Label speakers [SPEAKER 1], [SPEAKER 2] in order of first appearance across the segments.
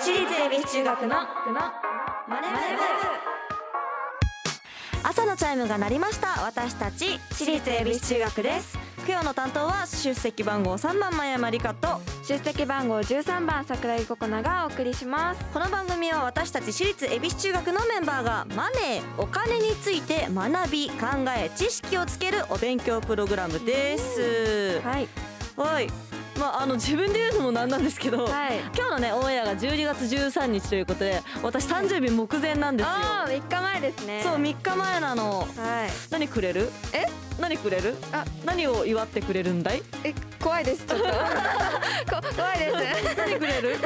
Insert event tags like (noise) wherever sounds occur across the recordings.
[SPEAKER 1] 私立恵比寿中学のマネ
[SPEAKER 2] 朝のチャイムが鳴りました私たち
[SPEAKER 1] 私立恵比寿中学です
[SPEAKER 2] 供養の担当は出席番号3番前山理香と
[SPEAKER 1] 出席番号13番桜井ココナがお送りします
[SPEAKER 2] この番組は私たち私立恵比寿中学のメンバーがマネーお金について学び考え知識をつけるお勉強プログラムです
[SPEAKER 1] はい
[SPEAKER 2] はいまああの自分で言うのもなんなんですけど、
[SPEAKER 1] はい
[SPEAKER 2] 今日のねオンエアが12月13日ということで私誕生日目前なんですよ
[SPEAKER 1] ああー3日前ですね
[SPEAKER 2] そう3日前なの
[SPEAKER 1] はい
[SPEAKER 2] 何くれる
[SPEAKER 1] え
[SPEAKER 2] 何くれる
[SPEAKER 1] あ
[SPEAKER 2] 何を祝ってくれるんだい
[SPEAKER 1] え怖いです (laughs) ちょっとこ怖いです
[SPEAKER 2] 何くれる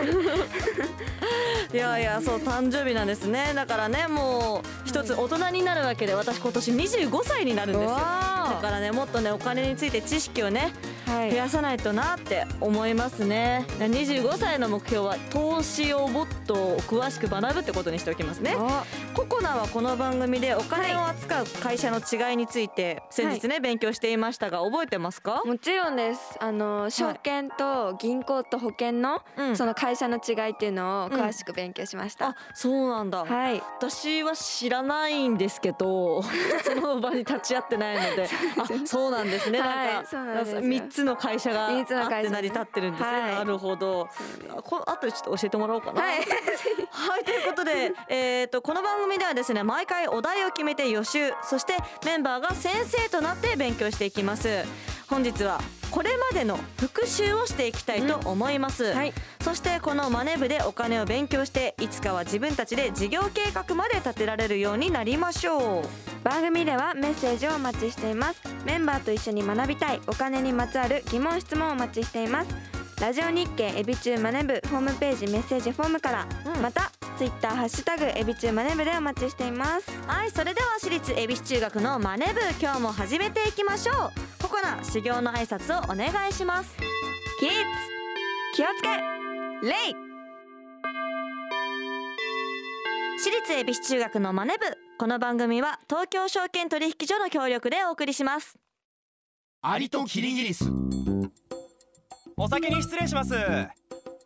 [SPEAKER 2] いやいやそう誕生日なんですねだからねもう一つ大人になるわけで私今年25歳になるんですよだ
[SPEAKER 1] は
[SPEAKER 2] からねもっとねお金について知識をね増
[SPEAKER 1] い
[SPEAKER 2] やさないとなって思いますね25歳の目標は投資をもっと詳しく学ぶってことにしておきますね
[SPEAKER 1] お
[SPEAKER 2] ココナはこの番組でお金を扱う会社の違いについて先日ね、勉強していましたが覚えてますか、
[SPEAKER 1] もちろんですあの証券と銀行と保険の
[SPEAKER 2] うん
[SPEAKER 1] その会社の違いっていうのを
[SPEAKER 2] うん
[SPEAKER 1] 詳しく勉強しました、
[SPEAKER 2] あそうなんだ、
[SPEAKER 1] はい
[SPEAKER 2] 私は知らないんですけ
[SPEAKER 1] (laughs)
[SPEAKER 2] どその場に立ち会ってないのであそうなんですね、
[SPEAKER 1] はい
[SPEAKER 2] なん
[SPEAKER 1] そうなん
[SPEAKER 2] か
[SPEAKER 1] ですよ
[SPEAKER 2] 3つの会社があっ
[SPEAKER 1] 三つの会
[SPEAKER 2] て
[SPEAKER 1] 社ね
[SPEAKER 2] 成り立ってるんですね、
[SPEAKER 1] はい
[SPEAKER 2] なるほどあこあとでちょっと教えてもらおうかな
[SPEAKER 1] はい
[SPEAKER 2] はいということ
[SPEAKER 1] (laughs)
[SPEAKER 2] で、えー、とこの番組ではですね毎回お題を決めて予習そしてメンバーが先生となって勉強していきます本日はこれまでの復習をしていきたいと思います、
[SPEAKER 1] はい
[SPEAKER 2] そしてこのマネ部でお金を勉強していつかは自分たちで事業計画まで立てられるようになりましょう
[SPEAKER 1] 番組ではメッセージをお待ちしていますメンバーと一緒に学びたいお金にまつわる疑問質問をお待ちしていますラジオ日経エビチューマネ部ホームページメッセージフォームから、
[SPEAKER 2] うん
[SPEAKER 1] またツイッターハッシュタグエビチューマネ部でお待ちしています
[SPEAKER 2] はいそれでは私立恵比寿中学のマネ部今日も始めていきましょうココナ修行の挨拶をお願いします
[SPEAKER 1] キッズ気をつけレイ
[SPEAKER 2] 私立恵比寿中学のマネ部この番組は東京証券取引所の協力でお送りします
[SPEAKER 3] アリとキリギリス
[SPEAKER 4] お先に失礼します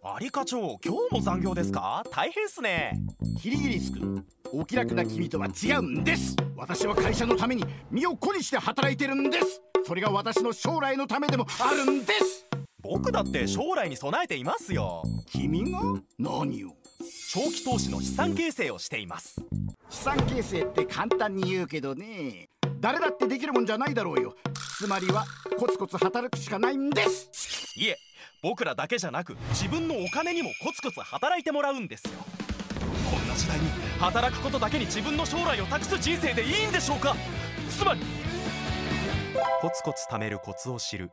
[SPEAKER 4] アリ課長今日も残業ですか大変っすね
[SPEAKER 3] キリギリス君お気楽な君とは違うんです私は会社のために身を粉にして働いてるんですそれが私の将来のためでもあるんです
[SPEAKER 4] 僕だって将来に備えていますよ
[SPEAKER 3] 君が何を
[SPEAKER 4] 長期投資の資産形成をしています
[SPEAKER 3] 資産形成って簡単に言うけどね誰だってできるもんじゃないだろうよつまりはコツコツ働くしかないんです
[SPEAKER 4] いえ僕らだけじゃなく自分のお金にもコツコツ働いてもらうんですよこんな時代に働くことだけに自分の将来を託す人生でいいんでしょうかつまりコツコツ貯めるコツを知る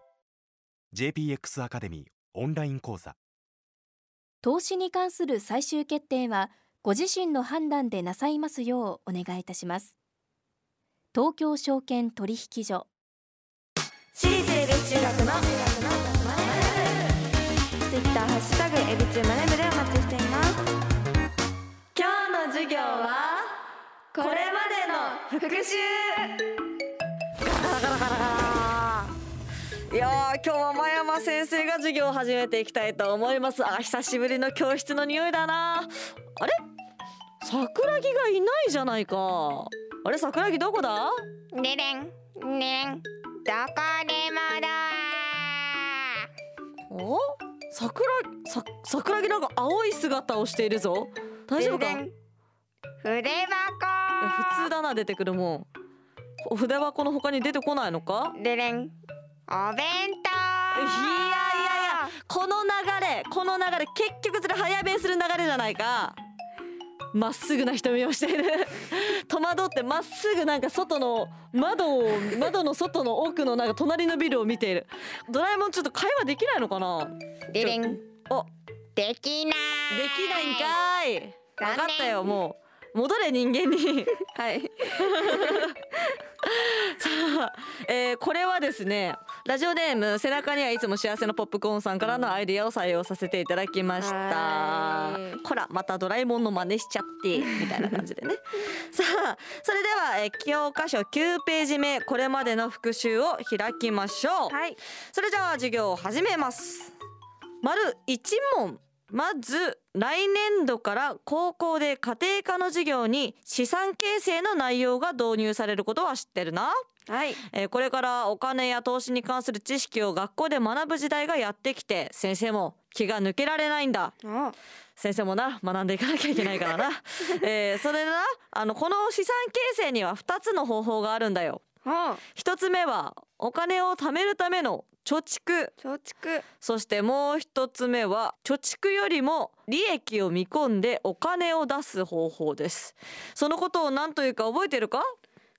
[SPEAKER 4] JPX アカデミーオンライン講座
[SPEAKER 5] 投資に関する最終決定はご自身の判断でなさいますようお願いいたします東京証券取引所
[SPEAKER 1] 私立エビチュー学のマネ部ツイッターハッシュタグエビチューマネ部でお待ちしています
[SPEAKER 2] 今日の授業は
[SPEAKER 1] これまでの復習
[SPEAKER 2] いやー今日は真山先生が授業を始めていきたいと思いますあ久しぶりの教室の匂いだなあれ桜木がいないじゃないかあれ桜木どこだ
[SPEAKER 6] ねれんねれんどこでもだ
[SPEAKER 2] お桜さ桜木なんか青い姿をしているぞ大丈夫かい
[SPEAKER 6] でん
[SPEAKER 2] や
[SPEAKER 6] 筆箱
[SPEAKER 2] 普通だな出てくるもんお筆箱の他に出てこないのか
[SPEAKER 6] でれんお弁
[SPEAKER 2] いやいやいや
[SPEAKER 6] 当
[SPEAKER 2] この流れこの流れ結局それ早弁する流れじゃないかまっすぐな瞳をしている (laughs) 戸惑ってまっすぐなんか外の窓を窓の外の奥のなんか隣のビルを見ているドラえもんちょっと会話できないのかな
[SPEAKER 6] でれん
[SPEAKER 2] お
[SPEAKER 6] できない
[SPEAKER 2] できないんかい
[SPEAKER 6] 残念
[SPEAKER 2] 分かったよもう戻れ人間に
[SPEAKER 1] はい
[SPEAKER 2] さあ、えーこれはですねラジオネーム背中にはいつも幸せのポップコーンさんからのアイディアを採用させていただきました
[SPEAKER 1] はーい
[SPEAKER 2] こらまたドラえもんの真似しちゃってみたいな感じでねさあそれでは、えー教科書9ページ目これまでの復習を開きましょう、
[SPEAKER 1] はい
[SPEAKER 2] それじゃあ授業を始めます丸1問まず来年度から高校で家庭科の授業に資産形成の内容が導入されることは知ってるな。
[SPEAKER 1] はい
[SPEAKER 2] えーこれからお金や投資に関する知識を学校で学ぶ時代がやってきて先生も気が抜けられないんだ
[SPEAKER 1] お
[SPEAKER 2] 先生もな学んでいかなきゃいけないからな、えーそれでなあのこの資産形成には2つの方法があるんだよ
[SPEAKER 1] お
[SPEAKER 2] 1つ目はお金を貯めるための貯蓄
[SPEAKER 1] 貯蓄
[SPEAKER 2] そしてもう1つ目は貯蓄よりも利益を見込んでお金を出す方法ですそのことを何というか覚えてるか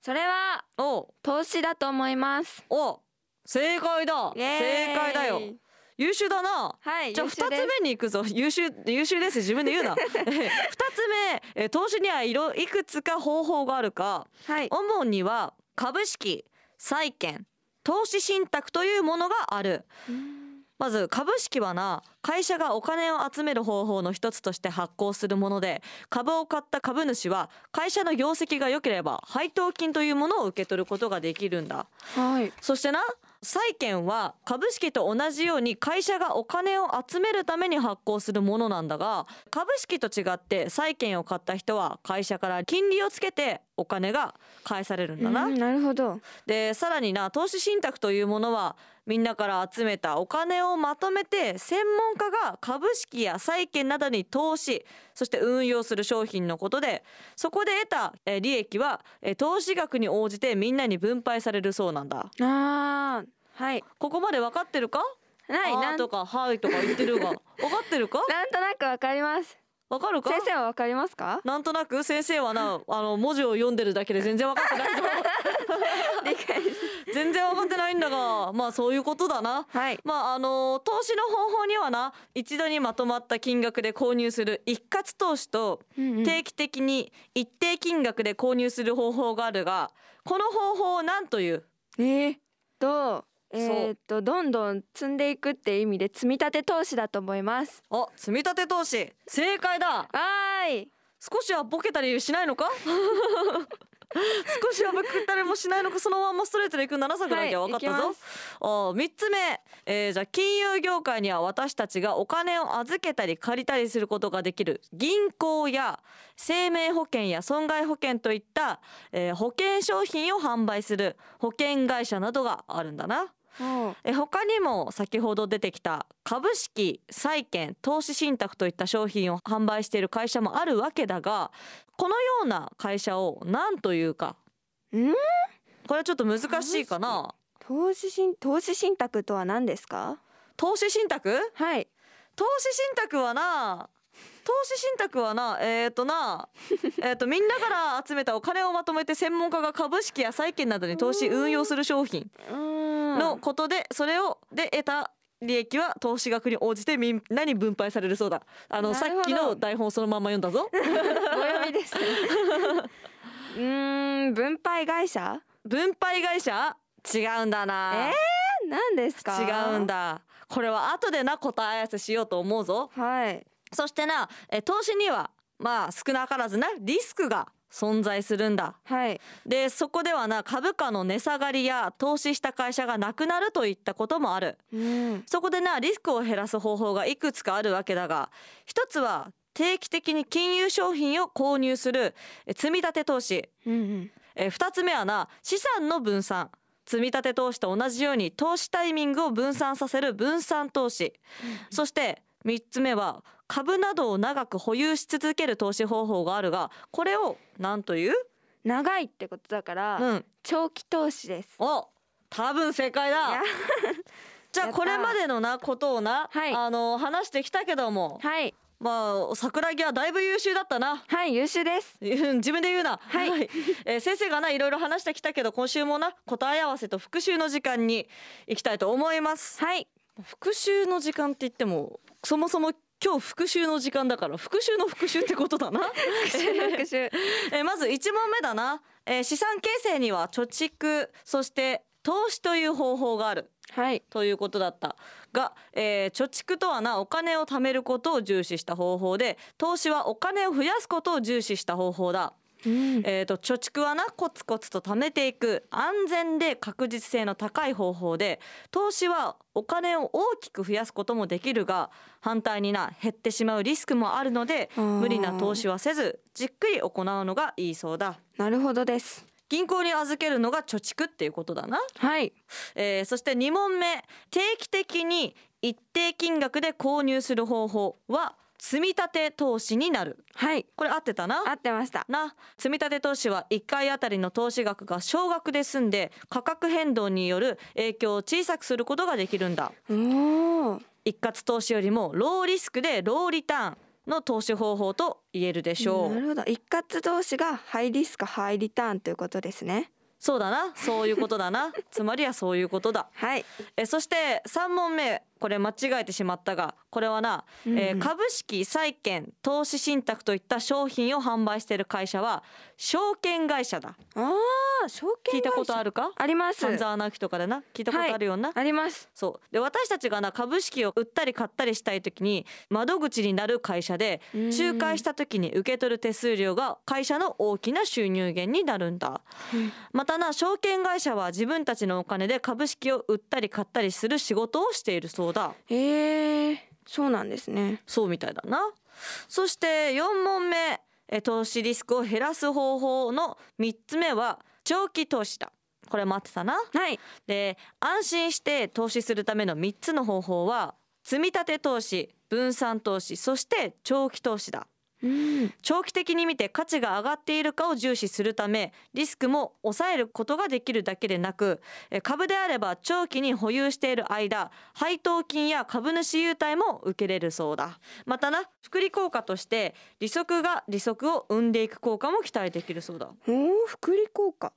[SPEAKER 1] それは
[SPEAKER 2] おう
[SPEAKER 1] 投資だと思います
[SPEAKER 2] お正解だ
[SPEAKER 1] イエーイ
[SPEAKER 2] 正解だよ優秀だな
[SPEAKER 1] はい
[SPEAKER 2] じゃあ
[SPEAKER 1] 優
[SPEAKER 2] 二
[SPEAKER 1] 秀
[SPEAKER 2] つ
[SPEAKER 1] です
[SPEAKER 2] 目に行くぞ優秀優秀です自分で言う
[SPEAKER 1] (laughs)
[SPEAKER 2] なええ二つ目えー投資にはいろいくつか方法があるか
[SPEAKER 1] はい
[SPEAKER 2] 主には株式債券投資信託というものがあるまず株式はな会社がお金を集める方法の一つとして発行するもので株を買った株主は会社の業績が良ければ配当金というものを受け取ることができるんだ
[SPEAKER 1] はい
[SPEAKER 2] そしてな債券は株式と同じように会社がお金を集めるために発行するものなんだが株式と違って債券を買った人は会社から金利をつけてお金が返されるんだな。
[SPEAKER 1] うんなるほど
[SPEAKER 2] でさらにな投資信託というものはみんなから集めたお金をまとめて専門家が株式や債券などに投資そして運用する商品のことでそこで得たえー利益はえー投資額に応じてみんなに分配されるそうなんだ。
[SPEAKER 1] あーはい
[SPEAKER 2] ここまで分かってるか？
[SPEAKER 1] はい
[SPEAKER 2] あー
[SPEAKER 1] なんなん
[SPEAKER 2] と
[SPEAKER 1] と
[SPEAKER 2] かはいとか言ってる
[SPEAKER 1] (laughs)
[SPEAKER 2] が分かってるか？
[SPEAKER 1] なくわかります
[SPEAKER 2] 分かるか？
[SPEAKER 1] 先生はわかりますか
[SPEAKER 2] なんとなく先生はなあの文字を読んでるだけで全然分かってないぞ
[SPEAKER 1] (laughs) 理解し
[SPEAKER 2] 全然分かってないんだがまあそういうことだな。
[SPEAKER 1] はい
[SPEAKER 2] まああの投資の方法にはな一度にまとまった金額で購入する一括投資と
[SPEAKER 1] うんうん
[SPEAKER 2] 定期的に一定金額で購入する方法があるがこの方法を何という
[SPEAKER 1] えー、と
[SPEAKER 2] そう
[SPEAKER 1] えー、とどんどん積んでいくって意味で積み立て投資だと思います
[SPEAKER 2] あ積み立て投資正解だ
[SPEAKER 1] はーい
[SPEAKER 2] 少しはボケたりしないのか (laughs) 少しはボケたりもしないのかそのまんまストレートで行くならさくらきは分かった
[SPEAKER 1] はい
[SPEAKER 2] ぞ
[SPEAKER 1] 行き、
[SPEAKER 2] あ3つ目、えーじゃあ金融業界には私たちがお金を預けたり借りたりすることができる銀行や生命保険や損害保険といった、えー保険商品を販売する保険会社などがあるんだな。
[SPEAKER 1] おう
[SPEAKER 2] え他にも先ほど出てきた株式債券投資信託といった商品を販売している会社もあるわけだがこのような会社を何というか
[SPEAKER 1] ん
[SPEAKER 2] これはちょっと難しいかな
[SPEAKER 1] 投資信投資信託とは何ですか
[SPEAKER 2] 投資信託
[SPEAKER 1] はい
[SPEAKER 2] 投資信託はな投資信託はなえっ、となえっとみんなから集めたお金をまとめて専門家が株式や債券などに投資運用する商品の
[SPEAKER 1] の
[SPEAKER 2] ことでそれをで得た利益は投資額に応じてみんなに分配されるそうだあの
[SPEAKER 1] な
[SPEAKER 2] さ
[SPEAKER 1] るほど
[SPEAKER 2] っきの台本そのまんま読んだ
[SPEAKER 1] (laughs)
[SPEAKER 2] ぞ
[SPEAKER 1] お読みですね (laughs) うーん分配会社
[SPEAKER 2] 分配会社違うんだな、
[SPEAKER 1] え何ですか
[SPEAKER 2] 違うんだこれは後でな答え合わせしようと思うぞ
[SPEAKER 1] はい
[SPEAKER 2] そしてなえ投資にはまあ少なからずなリスクが存在するんだ
[SPEAKER 1] はい
[SPEAKER 2] でそこではな株価の値下がりや投資した会社がなくなるといったこともある
[SPEAKER 1] うん
[SPEAKER 2] そこでなリスクを減らす方法がいくつかあるわけだが一つは定期的に金融商品を購入するえ積み立て投資
[SPEAKER 1] うんうん
[SPEAKER 2] え二つ目はな資産の分散積み立て投資と同じように投資タイミングを分散させる分散投資そして三つ目は株などを長く保有し続ける投資方法があるがこれを何という
[SPEAKER 1] 長いってことだから、
[SPEAKER 2] うん
[SPEAKER 1] 長期投資です
[SPEAKER 2] お多分正解だ
[SPEAKER 1] や
[SPEAKER 2] じゃあ
[SPEAKER 1] やった
[SPEAKER 2] これまでのなことをな、
[SPEAKER 1] はい
[SPEAKER 2] あの話してきたけども
[SPEAKER 1] はい
[SPEAKER 2] まあ桜木はだいぶ優秀だったな。
[SPEAKER 1] (laughs)
[SPEAKER 2] (laughs)
[SPEAKER 1] はい優秀 (laughs) です
[SPEAKER 2] うん自分で言うな、
[SPEAKER 1] はい
[SPEAKER 2] えー先生がないろいろ話してきたけど今週もな答え合わせと復習の時間に行きたいと思います
[SPEAKER 1] はい
[SPEAKER 2] 復習の時間って言ってもそもそも今日復習の時間だから復習の復習ってことだ
[SPEAKER 1] (laughs)
[SPEAKER 2] な
[SPEAKER 1] 復習復習
[SPEAKER 2] えーまず1問目だな、えー資産形成には貯蓄そして投資という方法がある
[SPEAKER 1] はい
[SPEAKER 2] ということだったが、えー貯蓄とはなお金を貯めることを重視した方法で投資はお金を増やすことを重視した方法だ
[SPEAKER 1] うん
[SPEAKER 2] えー、と貯蓄はなコツコツと貯めていく安全で確実性の高い方法で投資はお金を大きく増やすこともできるが反対にな減ってしまうリスクもあるので
[SPEAKER 1] あー
[SPEAKER 2] 無理な投資はせずじっくり行うのがいいそうだ
[SPEAKER 1] なるほどです
[SPEAKER 2] 銀行に預けるのが貯蓄っていうことだな、
[SPEAKER 1] はい
[SPEAKER 2] えーそして2問目定期的に一定金額で購入する方法は積立投資になる
[SPEAKER 1] はい
[SPEAKER 2] これ合ってたな
[SPEAKER 1] 合ってました
[SPEAKER 2] な積立投資は1回あたりの投資額が少額で済んで価格変動による影響を小さくすることができるんだ
[SPEAKER 1] おー
[SPEAKER 2] 一括投資よりもローリスクでローリターンの投資方法と言えるでしょ
[SPEAKER 1] な
[SPEAKER 2] う
[SPEAKER 1] るほど一括投資がハイリスクハイリターンということですね
[SPEAKER 2] そうだなそういうことだなつまりはそういうことだ
[SPEAKER 1] はい
[SPEAKER 2] えそして3問目これ間違えてしまったがこれはな、えー
[SPEAKER 1] うん
[SPEAKER 2] 株式債券投資信託といった商品を販売している会社は証券会社だ
[SPEAKER 1] ああ証券
[SPEAKER 2] 聞いたことあ
[SPEAKER 1] る
[SPEAKER 2] るか
[SPEAKER 1] あります
[SPEAKER 2] 半沢直樹とかでな聞いたことあるよな、
[SPEAKER 1] あります
[SPEAKER 2] そうで私たちがな株式を売ったり買ったりしたい時に窓口になる会社で
[SPEAKER 1] うん
[SPEAKER 2] 仲介した時に受け取る手数料が会社の大きな収入源になるんだ、またな証券会社は自分たちのお金で株式を売ったり買ったりする仕事をしているそうだ
[SPEAKER 1] えー、そうなんですね
[SPEAKER 2] そうみたいだなそして4問目え投資リスクを減らす方法の3つ目は長期投資だこれ待ってたな
[SPEAKER 1] はい
[SPEAKER 2] で安心して投資するための3つの方法は積み立て投資分散投資そして長期投資だ
[SPEAKER 1] うん
[SPEAKER 2] 長期的に見て価値が上がっているかを重視するためリスクも抑えることができるだけでなくえ株であれば長期に保有している間配当金や株主優待も受けれるそうだまたな福利効果として利息が利息を生んでいく効果も期待できるそうだ
[SPEAKER 1] おー福利効果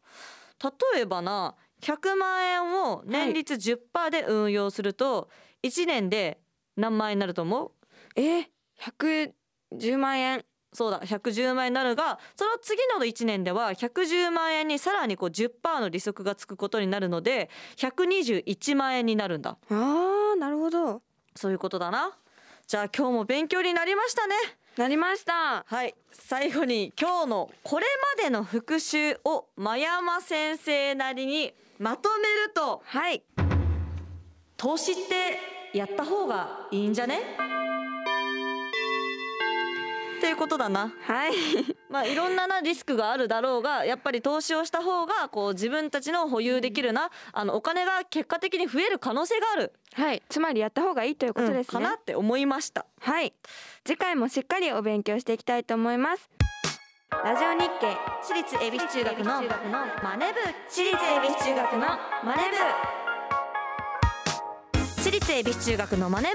[SPEAKER 2] 例えばな100万円を年率10%で運用すると1年で何万円になると思う
[SPEAKER 1] えー、110万円
[SPEAKER 2] そうだ110万円になるがその次の1年では110万円にさらにこう10%の利息がつくことになるので121万円になるんだ
[SPEAKER 1] あーなるほど
[SPEAKER 2] そういうことだなじゃあ今日も勉強になりましたね
[SPEAKER 1] なりました
[SPEAKER 2] はい最後に今日のこれまでの復習を真山先生なりにまとめると
[SPEAKER 1] はい
[SPEAKER 2] 投資ってやった方がいいんじゃねっていうことだな、
[SPEAKER 1] はい
[SPEAKER 2] まあ、いろんななリスクがあるだろうがやっぱり投資をした方がこう自分たちの保有できるな、あのお金が結果的に増える可能性がある、
[SPEAKER 1] はいつまりやった方がいいということ
[SPEAKER 2] うん
[SPEAKER 1] です
[SPEAKER 2] か
[SPEAKER 1] ね、
[SPEAKER 2] なって思いました。
[SPEAKER 1] はい次回もしっかりお勉強していきたいと思いますラジオ日経
[SPEAKER 2] 私立恵比寿中学のマネ部
[SPEAKER 1] 私立恵比寿中学のマネ
[SPEAKER 2] 私立恵比寿中学のマネ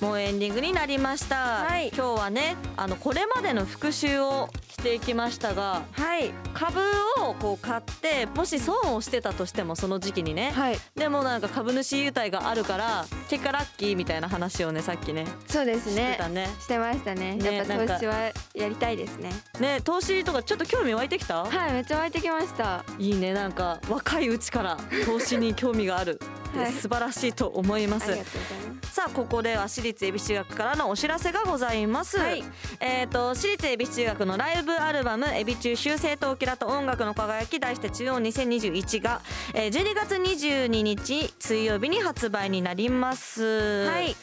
[SPEAKER 2] 部もうエンディングになりました、
[SPEAKER 1] はい
[SPEAKER 2] 今日はねあのこれまでの復習をしていきましたが
[SPEAKER 1] 部はい
[SPEAKER 2] 株をこう買ってもし損をしてたとしてもその時期にね、
[SPEAKER 1] はい
[SPEAKER 2] でもなんか株主優待があるから結果ラッキーみたいな話をねさっきね
[SPEAKER 1] そうです
[SPEAKER 2] して
[SPEAKER 1] ね
[SPEAKER 2] たね
[SPEAKER 1] してましたね
[SPEAKER 2] ね
[SPEAKER 1] やっぱ
[SPEAKER 2] なんか
[SPEAKER 1] 投資はやりたいですね
[SPEAKER 2] ね投資とかちょっと興味湧いてきた
[SPEAKER 1] はいめっちゃ湧いてきました
[SPEAKER 2] いいねなんか若いうちから投資に興味がある、
[SPEAKER 1] (laughs) はい
[SPEAKER 2] 素晴らしいと思いま
[SPEAKER 1] ありがとう
[SPEAKER 2] す
[SPEAKER 1] ございます
[SPEAKER 2] さあここでは私立恵比寿中学からのお知らせがございます、
[SPEAKER 1] はい
[SPEAKER 2] えっ、と私立恵比寿中学のライブアルバム「恵比中修正とオキラと音楽の輝き」題して中央2021が、えー、12月22日水曜日に発売になります
[SPEAKER 1] はい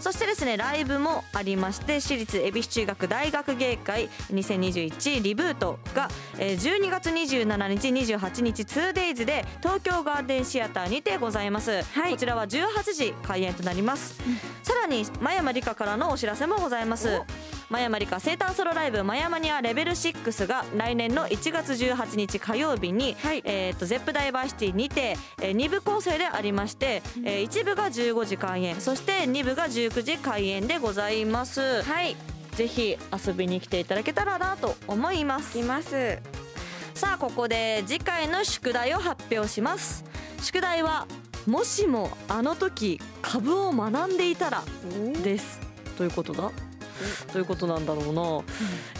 [SPEAKER 2] そしてですねライブもありまして私立恵比寿中学大学芸会2021リブートがえー12月27日28日 2days で東京ガーデンシアターにてございます、
[SPEAKER 1] はい
[SPEAKER 2] こちらは18時開演となります、さらに真山理香からのお知らせもございます真山理香生誕ソロライブ「真山にはレベル6」が来年の1月18日火曜日に、
[SPEAKER 1] はい
[SPEAKER 2] えー、とゼップダイバーシティにて、え2部構成でありまして、え1部が15時開演そして2部が19時開演でございます、
[SPEAKER 1] はい
[SPEAKER 2] ぜひ遊びに来ていただけたらなと思いま
[SPEAKER 1] い
[SPEAKER 2] す
[SPEAKER 1] ます
[SPEAKER 2] さあここで次回の宿題を発表します宿題はもしもあの時株を学んでいたらですということだということなんだろうな、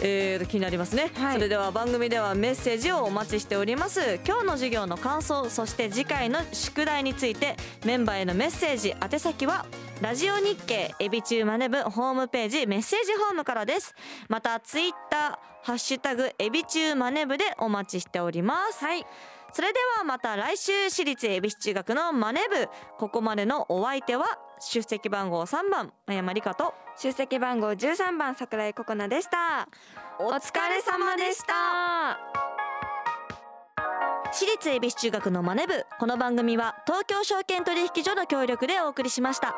[SPEAKER 2] えー、気になりますね、
[SPEAKER 1] はい
[SPEAKER 2] それでは番組ではメッセージをお待ちしております今日の授業の感想そして次回の宿題についてメンバーへのメッセージ宛先はラジオ日経エビチューマネブホームページメッセージホームからですまたツイッターハッシュタグエビチューマネブでお待ちしておりますはいそれではまた来週私立恵比寿中学のマネ部ここまでのお相手は出席番号3番真山理香と
[SPEAKER 1] 出席番号13番桜井ココナでした
[SPEAKER 2] お疲れ様でした私立恵比寿中学のマネ部この番組は東京証券取引所の協力でお送りしました